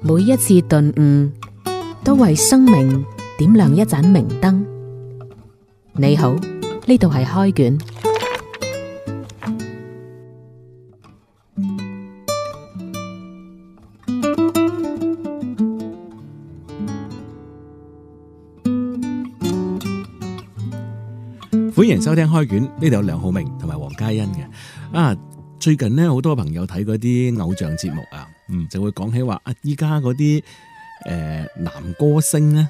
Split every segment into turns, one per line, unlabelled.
每一次頓悟，都為生命點亮一盞明燈。你好，呢度係開卷。
歡迎收聽開卷，呢度有梁浩明同埋黃嘉欣嘅。啊，最近呢，好多朋友睇嗰啲偶像節目啊，嗯，就會講起話啊，依家嗰啲誒男歌星咧，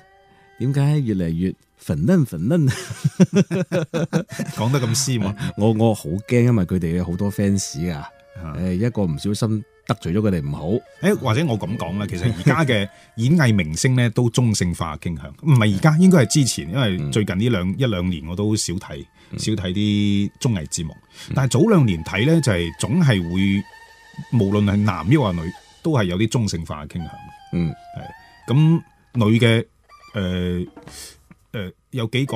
點解越嚟越粉嫩粉嫩？
講得咁斯文，
我我好驚，因為佢哋有好多 fans 啊，誒一個唔小心得罪咗佢哋唔好。
誒或者我咁講啦，其實而家嘅演藝明星咧都中性化傾向，唔係而家，應該係之前，因為最近呢兩一兩年我都少睇少睇啲綜藝節目，但係早兩年睇咧就係總係會，無論係男抑或女，都係有啲中性化嘅傾向。
嗯，
咁女嘅誒誒有幾個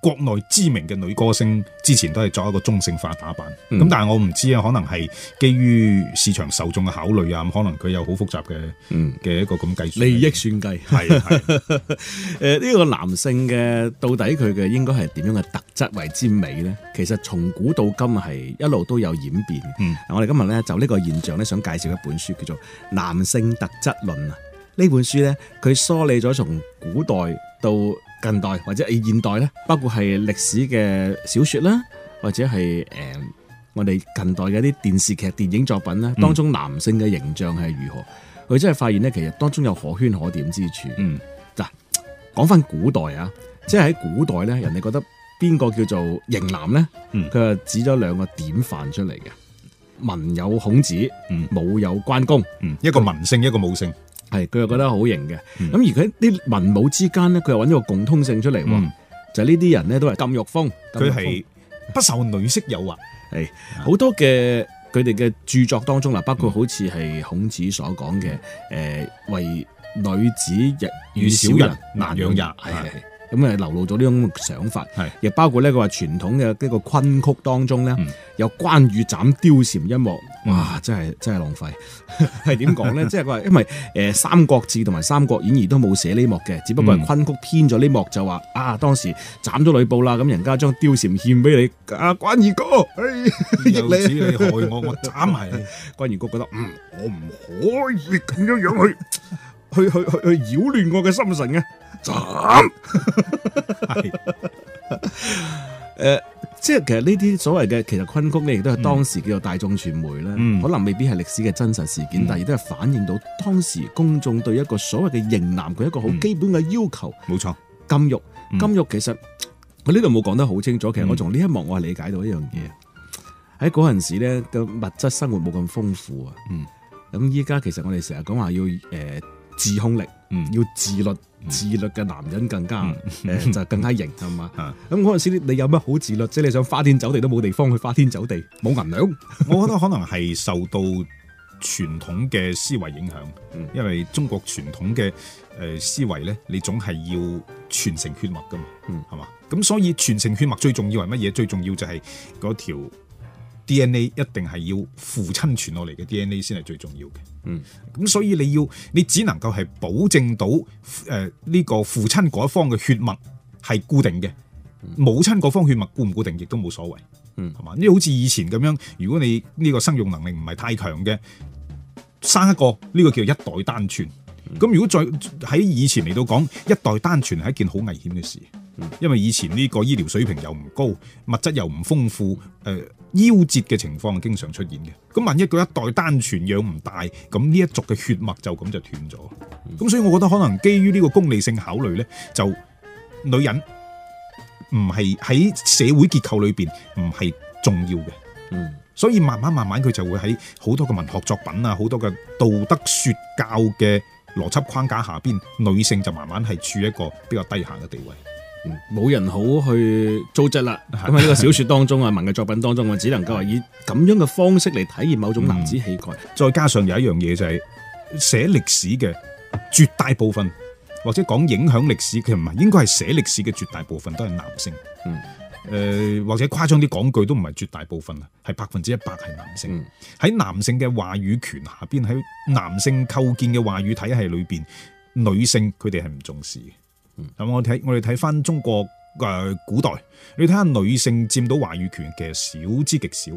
國內知名嘅女歌星，之前都係作一個中性化打扮。咁、
嗯
但係我唔知啊，可能係基於市場受眾嘅考慮啊，咁可能佢有好複雜嘅
嗯，
嘅一個咁計算
利益算計。
係係
誒呃呢個男性嘅到底佢嘅應該係點樣嘅特質為之美呢？其實從古到今係一路都有演變。
嗯
嗱，我哋今日呢，就呢個現象呢，想介紹一本書叫做《男性特質論》啊。呢本書呢，佢梳理咗從古代到近代或者係現代呢，包括係歷史嘅小説啦，或者係誒、呃我哋近代嘅一啲電視劇、電影作品啦，
嗯
當中男性嘅形象係如何？佢真係發現呢，其實當中有可圈可點之處。
嗯
講翻古代啊，即係喺古代咧，人哋覺得邊個叫做型男咧？
嗯
佢就指咗兩個典範出嚟嘅，文有孔子，
嗯
武有關公，
嗯，一個文性一個武性，
係佢又覺得好型嘅。咁、
嗯
而佢啲文武之間咧，佢又揾咗個共通性出嚟喎，
嗯
就係呢啲人咧都係禁欲風，禁欲風
佢係不受女色誘惑。
好多嘅佢哋嘅著作當中啦，包括
嗯
好似係孔子所講嘅，誒、呃為女子亦
與小人難養也
係係係咁呃誒流露咗呢種咁嘅想法
係，
亦包括呢佢話傳統嘅呢個昆曲當中咧
嗯，
有關羽斬貂蟬一幕，
嗯
哇！真係真係浪費， 係點講 咧？即係佢話因為誒《三國志》同埋《三國演義》都冇寫呢幕嘅，只不過係
嗯
昆曲編咗呢幕就話啊，當時斬咗呂布啦，咁人家將貂蟬獻俾你，啊關二哥，哎益
有
你
指你害我，我斬埋你。
關賢哥覺得，嗯，我唔可以咁樣樣去 去去去去擾亂我嘅心神嘅。 斬，
係
呃即係其實呢啲所謂嘅，其實昆曲呢，亦都係當時叫做大眾傳媒啦，
嗯
可能未必係歷史嘅真實事件，
嗯
但係亦都係反映到當時公眾對一個所謂嘅型男佢一個好
嗯
基本嘅要求，
冇錯，
禁欲。
嗯
禁欲其實佢呢度冇講得好清楚，其實
嗯
我從呢一幕我係理解到一樣嘢，喺嗰陣時咧嘅物質生活冇咁豐富啊。
嗯
咁依家其實我哋成日講話要誒、呃自控力。
嗯
要自律，
嗯
自律嘅男人更加誒、
嗯
呃就更加型係嘛
啊？
咁嗰陣時你有乜好自律啫？你想花天酒地都冇地方去花天酒地，冇銀兩。
我覺得可能係受到傳統嘅思維影響，
嗯
因為中國傳統嘅誒、呃思維咧，你總係要傳承血脈噶嘛，
嗯
係嘛？咁所以傳承血脈最重要係乜嘢？最重要就係嗰條 DNA 一定係要父親傳落嚟嘅 DNA 先係最重要嘅。
嗯，
咁所以你要你只能夠係保證到誒呢個父親嗰一方嘅血脈係固定嘅，
嗯
母親嗰方血脈固唔固定亦都冇所謂。係嘛？呢好似以前咁樣，如果你呢個生育能力唔係太強嘅，生一個呢、個叫一代單傳。咁如果再喺以前嚟到講，一代單傳係一件好危險嘅事，因為以前呢個醫療水平又唔高，物質又唔豐富，誒、呃夭折嘅情況係經常出現嘅。咁萬一佢一代單傳養唔大，咁呢一族嘅血脈就咁就斷咗。咁所以我覺得可能基於呢個功利性考慮呢，就女人唔係喺社會結構裏邊唔係重要嘅，
嗯
所以慢慢慢慢佢就會喺好多嘅文學作品啊，好多嘅道德說教嘅邏輯框架下邊，女性就慢慢係處於一個比較低下嘅地位。
嗯，冇人好去糟質 啦。咁喺呢個小説當中啊，文藝作品當中，我只能夠話以咁樣嘅方式嚟體現某種
嗯
男子氣概。
再加上有一樣嘢就係、寫歷史嘅絕大部分，或者講影響歷史嘅唔係應該係寫歷史嘅絕大部分都係男性。
嗯
诶、或者誇張啲講句，都唔係絕大部分啊，係百分之一百係男性。喺、男性嘅話語權下邊，喺男性構建嘅話語體系裏邊，女性佢哋係唔重視嘅。咁、我睇我哋睇翻中國诶、呃古代，你睇下女性佔到話語權其實少之極少，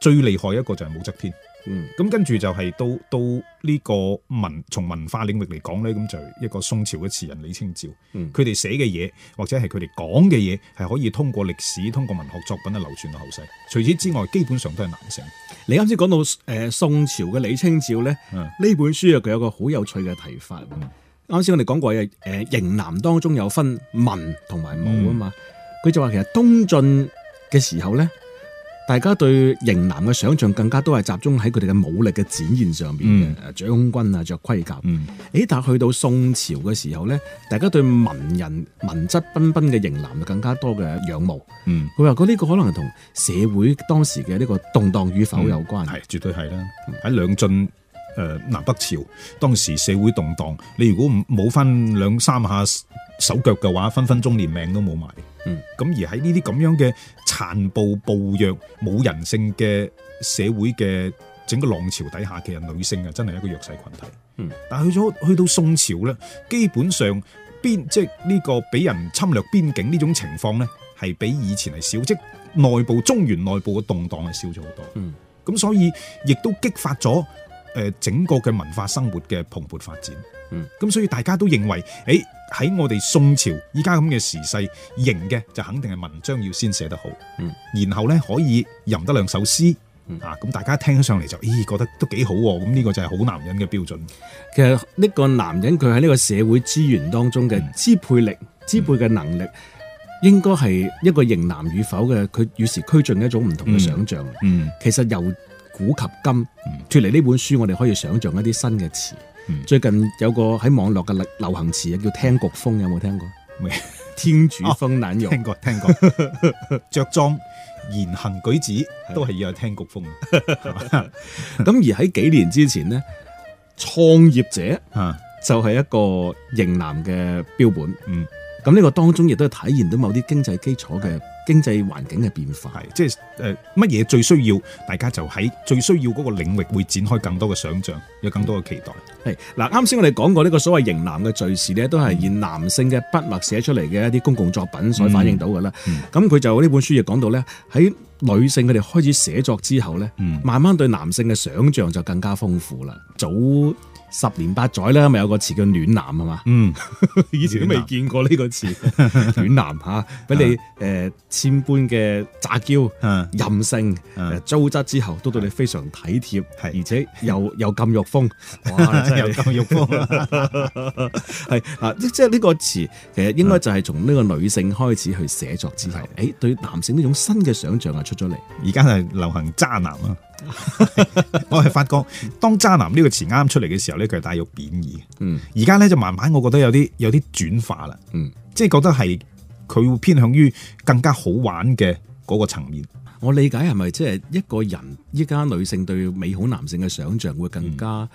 最厲害一個就係武則天。
嗯
咁跟住就係到到呢個文從文化領域嚟講咧，咁就一個宋朝嘅詞人李清照，
嗯
佢哋寫嘅嘢或者係佢哋講嘅嘢，係可以通過歷史、通過文學作品啊流傳到後世。除此之外，基本上都係男性。
你啱先講到诶宋朝嘅李清照咧，
嗯
呢本書啊佢有個好有趣嘅提法。啱先我哋講過嘅诶型男當中有分文同埋武啊嘛，
嗯
佢就話其實東晉嘅時候咧，大家對型男嘅想像更加都係集中喺佢哋嘅武力嘅展現上面
嗯
嘅，誒掌空軍啊，着盔甲。
嗯，
誒，但係去到宋朝嘅時候咧，大家對文人文質彬彬嘅型男就更加多嘅仰慕。
嗯，
佢話：佢呢個可能係同社會當時嘅呢個動盪與
嗯
否有關。
係絕對係啦。
嗯
喺兩晉。誒、南北朝當時社會動盪，你如果唔冇翻兩三下手腳嘅話，分分鐘連命都冇埋。
嗯，
咁而喺呢啲咁樣嘅殘暴暴虐、冇人性嘅社會嘅整個浪潮底下，其實女性啊真係一個弱勢群體。
嗯，
但係去咗去到宋朝咧，基本上邊即係呢個俾人侵略邊境呢種情況咧，係比以前係少，即係內部中原內部嘅動盪係少咗好多。
嗯，
咁所以亦都激發咗。誒整個嘅文化生活嘅蓬勃發展，
嗯，
咁所以大家都認為，誒喺我哋宋朝依家咁嘅時勢，型嘅就肯定係文章要先寫得好，
嗯，
然後呢可以吟得兩首詩
嗯，
啊，咁大家聽上嚟就，咦，覺得都幾好喎，咁呢個就係好男人嘅標準，
其實呢個男人佢喺呢個社會資源當中嘅
嗯
支配力、支配嘅能力，應該係一個型男與否嘅，佢與時俱進嘅一種唔同嘅
嗯
想像。
嗯
其實由古及今
嗯，
脱離呢本書，我哋可以想像一啲新嘅詞。
嗯
最近有個喺網絡嘅流流行詞啊，叫聽局風，有冇聽過？
未
天主風難容。
聽 過聽過，着裝、言行舉止都係要有聽曲風嘅
咁而喺幾年之前呢，創業者
啊，
就係一個型男嘅標本。
嗯，
咁呢個當中亦都體現到某啲經濟基礎嘅經濟環境嘅變化。
係即係誒乜嘢最需要，大家就喺最需要嗰個領域會展開更多嘅想像，有更多嘅期待。
係嗱，啱先我哋講過呢個所謂型男嘅敘事呢，都係以
嗯
男性嘅筆墨寫出嚟嘅一啲公共作品所反映到㗎啦。
嗯
咁佢、就呢本書亦講到呢，喺女性佢哋開始寫作之後呢，
嗯
慢慢對男性嘅想像就更加豐富啦。早十年八載啦，咪有個詞叫暖男係嘛？
嗯，
以前都未見過呢個 詞，暖男嚇，俾你誒千般嘅詐嬌、
啊
任性、誒
嗯
糟質之後，都對你非常體貼，
係
而且 又又禁欲風，哇！ 真
又
係
夠肉
啊
風。
係啊，即即係呢個詞其實應該就係從呢個女性開始去寫作之後，誒對男性呢種新嘅想像啊出咗嚟，
而家係流行渣 男啊！我係發覺，當渣男呢個詞啱出嚟嘅時候咧，佢係帶有貶義嘅。
嗯
而家咧就慢慢，我覺得有啲有啲轉化啦，
嗯。
即係覺得係佢會偏向於更加好玩嘅嗰個層面。
我理解係咪即係一個人依家女性對美好男性嘅想像會更加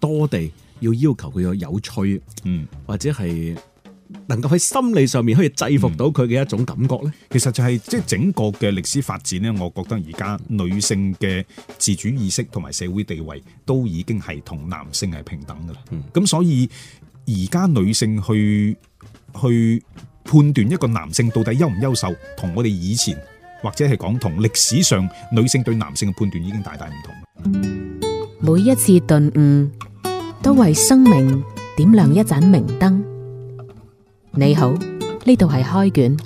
多地要要求佢有有趣，
嗯，
或者係能夠喺心理上面可以制服到佢嘅一種感覺咧？
其實就係即係整個嘅歷史發展咧，我覺得而家女性嘅自主意識同埋社會地位都已經係同男性係平等噶啦。
嗯
咁、所以而家女性去去判斷一個男性到底優唔優秀，同我哋以前或者係講同歷史上女性對男性嘅判斷已經大大唔同。
每一次頓悟，都為生命點亮一盞明燈。你好，呢度係開卷。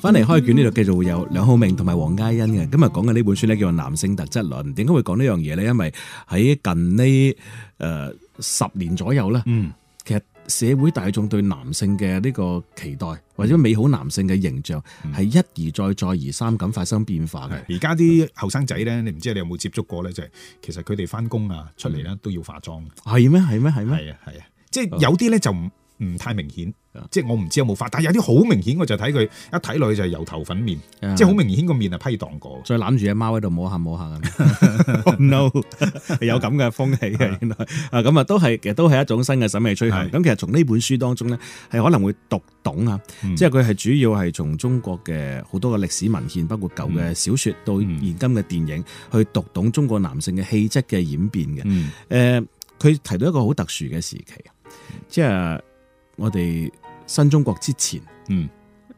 翻嚟開卷呢度繼續會有梁浩明同埋黃嘉欣嘅，今日講嘅呢本書呢，叫做《男性特質論》。點解會講呢樣嘢呢？因為喺近呢誒、呃十年左右啦，
嗯。
其實社會大眾對男性嘅呢個期待或者美好男性嘅形象
嗯
係一而再再而三咁發生變化嘅。
而家啲後生仔咧，你唔知你有冇接觸過咧？就係、其實佢哋翻工啊，出嚟咧都要化妝。
係咩？係咩？係咩？
係啊係啊，即係有啲咧就唔唔太明顯
哦啊，
即係我唔知有冇發，但係有啲好明顯，我就睇佢一睇落去就係油頭粉面，
啊
即係好明顯個面係批盪過。
再攬住只貓喺度摸下摸下咁 Oh，no，有咁嘅風氣嘅原來啊，咁啊都係其實都係一種新嘅審美趨向。
係
咁其實從呢本書當中咧，係可能會讀懂啊，
嗯
即係佢係主要係從中國嘅好多嘅歷史文獻，包括舊嘅小說到
嗯
現今嘅電影，去讀懂中國男性嘅氣質嘅演變嘅。
嗯
誒、佢提到一個好特殊嘅時期，啊即係我哋新中國之前，誒、
嗯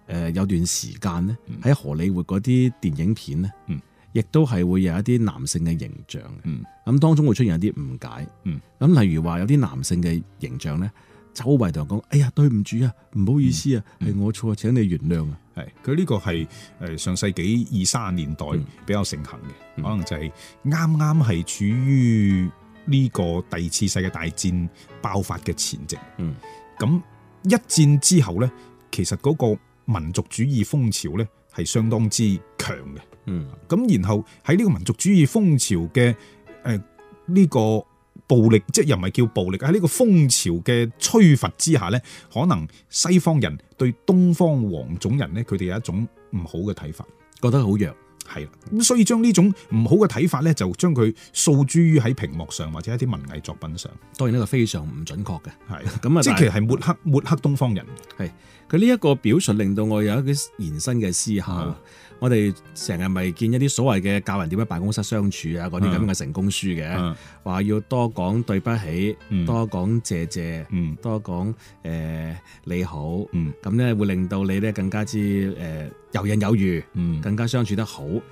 呃有段時間咧
嗯，
喺荷里活嗰啲電影片咧
嗯，
亦、都係會有一啲男性嘅形象嘅，咁、
嗯
當中會出現一啲誤解，咁、
嗯
例如話有啲男性嘅形象咧，周圍同人講：哎呀，對唔住啊，唔好意思啊，係、
嗯
我錯，請你原諒啊。
係佢呢個係誒上世紀二三十年代
嗯
比較盛行嘅，
嗯
可能就係啱啱係處於呢個第二次世界大戰爆發嘅前夕。
嗯，
咁一戰之後呢，其實嗰個民族主義風潮呢係相當之強嘅。
嗯
咁然後喺呢個民族主義風潮嘅誒呢個暴力，即係又唔係叫暴力，喺呢個風潮嘅吹拂之下呢，可能西方人對東方黃種人呢，佢哋有一種唔好嘅睇法，
覺得好弱，
係啦。咁所以將呢種唔好嘅睇法呢，就將佢訴諸於喺屏幕上或者一啲文藝作品上，
當然呢個非常唔準確嘅。
係
咁啊，
即係其實係抹黑抹黑東方人。
佢呢一個表述令到我有一啲延伸嘅思考啊。我哋成日咪見一啲所謂嘅教人點樣辦公室相處啊，嗰啲咁嘅成功書嘅，
嗯
話要多講對不起，
嗯
多講謝謝，
嗯
多講誒、呃你好，
嗯
咁咧會令到你咧更加之誒、呃游刃有餘，
嗯
更加相處得好。誒，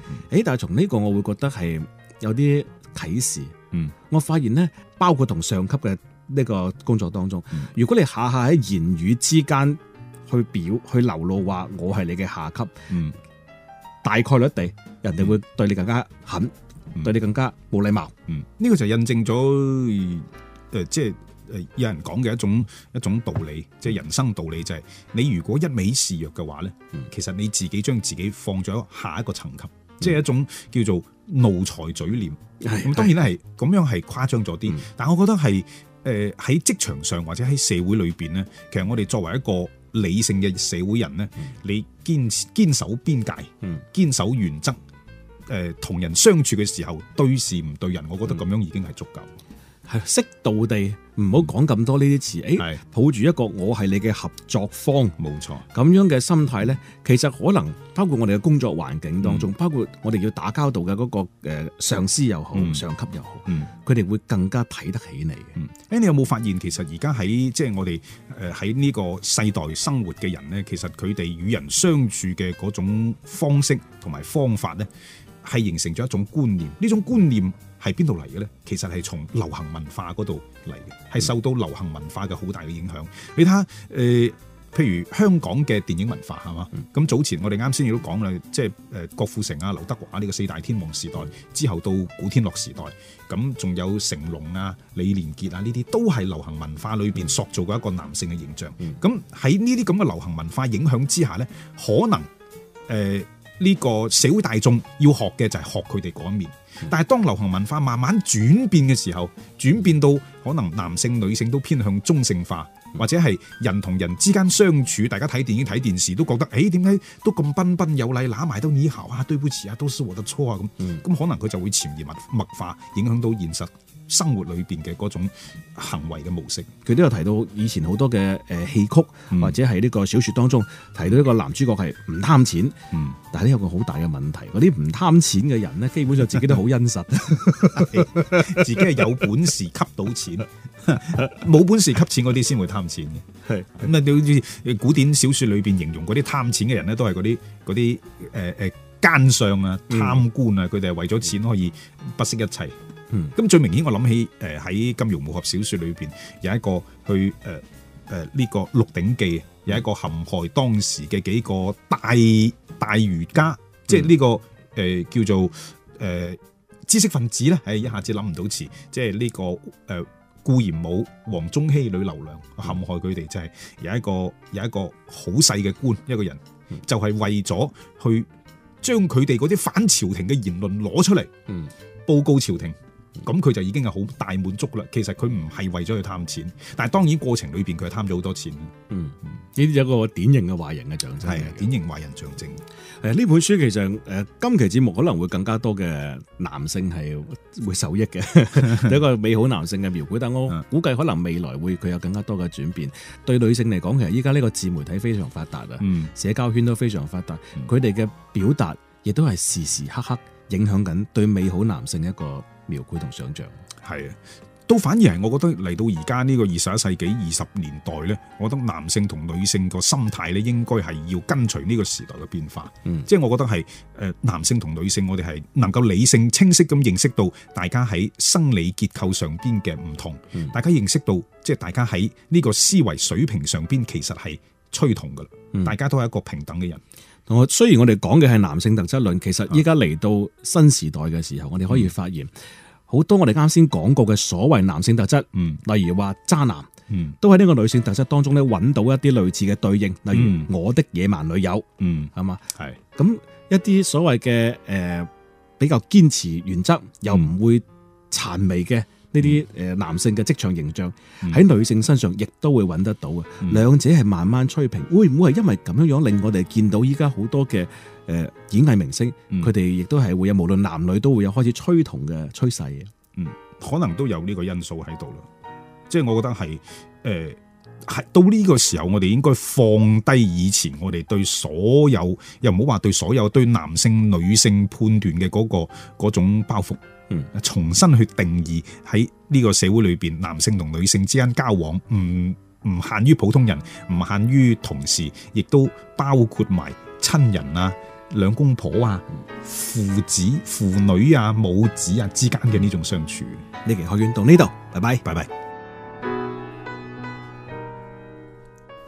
但係從呢個我會覺得係有啲啟示。
嗯
我發現咧，包括同上級嘅呢個工作當中，
嗯
如果你下下喺言語之間去表去流露話我係你嘅下級，
嗯
大概率地人哋會對你更加狠，
嗯
對你更加冇禮貌。
嗯，呢、個就印證咗誒，即係誒有人講嘅一種一種道理，即係人生道理就係、你如果一味示弱嘅話咧，
嗯
其實你自己將自己放咗下一個層級，即係一種叫做奴才嘴臉。咁當然咧係咁樣係誇張咗啲，
嗯
但我覺得係誒喺職場上或者喺社會裏邊咧，其實我哋作為一個理性嘅社會人咧，你堅持堅守邊界。
嗯
堅守原則，誒、呃同人相處嘅時候對事唔對人，我覺得咁樣已經係足夠。
係適度地唔好講咁多呢啲詞，誒、
係
抱住一個我係你嘅合作方。
冇錯，
咁樣嘅心態呢，其實可能包括我哋嘅工作環境當
嗯
中，包括我哋要打交道嘅嗰個呃上司又好，
嗯
上級又好，
嗯
佢哋會更加睇得起你嘅。
嗯。誒，你有冇發現其實而家喺即係我哋誒喺呢個世代生活嘅人呢，其實佢哋與人相處嘅嗰種方式同埋方法呢，係形成咗一種觀念。呢種觀念係邊度嚟嘅呢？其實係從流行文化嗰度嚟嘅，係受到流行文化嘅好大嘅影響。你睇下誒。譬如香港嘅電影文化係嘛，咁、早前我哋啱先亦都講啦，即係誒郭富城啊、劉德華呢個四大天王時代，之後到古天樂時代，咁仲有成龍啊、李連杰啊呢啲，都係流行文化裏邊塑造嘅一個男性嘅形象。咁喺呢啲咁嘅流行文化影響之下呢，可能誒呢、個社會大眾要學嘅就係學佢哋嗰一面。但係當流行文化慢慢轉變嘅時候，轉變到可能男性女性都偏向中性化，或者係人同人之間相處，大家睇電影睇電視都覺得，誒點解都咁彬彬有禮，揦埋都你好啊，對不起啊，都是我的錯啊咁，咁、
嗯
可能佢就會潛移默默化，影響到現實生活裏邊嘅嗰種行為嘅模式。
佢都有提到以前好多嘅誒戲曲、
嗯
或者係呢個小説當中提到呢個男主角係唔貪錢，
嗯，
但係呢有個好大嘅問題，嗰啲唔貪錢嘅人呢，基本上自己都好殷 實，
自己係有本事吸到錢，冇本事吸錢嗰啲先會貪錢嘅。
係
咁啊，你好似古典小説裏邊形容嗰啲貪錢嘅人咧，都係嗰啲嗰啲誒誒奸相啊、
嗯
貪官啊，佢哋係為咗錢可以不惜一切。咁、
嗯
最明顯，我諗起誒喺《金庸武俠小説》裏邊有一個去誒誒呢個《鹿鼎記》，有一個陷害當時嘅幾個大大儒家，即
嗯
係呢、個誒、呃叫做誒、呃知識分子咧，係一下子諗唔到詞，即係呢、個誒。呃顧炎武、黃宗羲、呂留良陷害佢哋，就係、有一個有一個好細嘅官一個人
嗯，
就係、為咗去將佢哋嗰啲反朝廷嘅言論攞出嚟
嗯
報告朝廷，咁佢就已經係好大滿足啦。其實佢唔係為咗去貪錢，但係當然過程裏邊佢係貪咗好多錢，
嗯，呢啲有一個典型嘅華人嘅象徵
係
嚟嘅。
典型壞人象徵。
誒呢本書其實誒、呃今期節目可能會更加多嘅男性係會受益 嘅，有一個美好男性嘅描繪。但我
嗯
估計可能未來會佢有更加多嘅轉變。對女性嚟講，其實依家呢個自媒體非常發達啊，
嗯，
社交圈都非常發達
嗯，
佢哋嘅表達亦都係時時刻刻影響緊對美好男性一個描繪同想像。
係啊。都反而係，我覺得嚟到而家呢個二十一世紀二十年代呢，我覺得男性同女性個心態呢，應該係要跟隨呢個時代嘅變化。
嗯
即係我覺得係誒、呃男性同女性，我哋係能夠理性清晰咁認識到大家喺生理結構上邊嘅唔同，
嗯
大家認識到即係大家喺呢個思維水平上邊其實係趨同噶啦，
嗯
大家都係一個平等嘅人。
我雖然我哋講嘅係男性特質論，其
嗯
實依家嚟到新時代嘅時候，我哋可以發現好多我哋啱先講過嘅所謂男性特質，
嗯
例如話渣男，
嗯
都喺呢個女性特質當中咧揾到一啲類似嘅對應，例
嗯
如我的野蠻女友，
嗯，
係嘛？
係
咁一啲所謂嘅誒比較堅持原則，又唔會殘媚嘅呢啲誒男性嘅職場形象，
嗯
喺女性身上亦都會揾得到嘅。
嗯
兩者係慢慢吹平，會唔會係因為咁樣樣令我哋見到依家好多嘅誒、呃演藝明星，
嗯
佢哋亦都係會有無論男女都會有開始趨同嘅趨勢嘅。
可能都有呢個因素喺度啦。即係我覺得係誒係到呢個時候，我哋應該放低以前我哋對所有又唔好話對所有對男性女性判斷嘅嗰、個嗰種包袱，
嗯，
重新去定義喺呢個社會裏邊男性同女性之間交往，唔唔限於普通人，唔限於同事，亦都包括埋親人啊。兩公婆啊、父子、父女啊、母子啊之間嘅呢種相處，
呢期學院到呢度，拜拜。
拜拜。